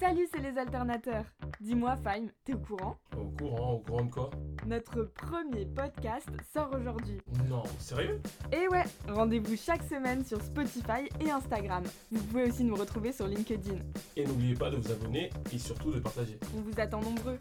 Salut, c'est les alternateurs. Dis-moi, Fime, t'es au courant Au courant, au courant de quoi Notre premier podcast sort aujourd'hui. Non, sérieux Et ouais, rendez-vous chaque semaine sur Spotify et Instagram. Vous pouvez aussi nous retrouver sur LinkedIn. Et n'oubliez pas de vous abonner et surtout de partager. On vous attend nombreux.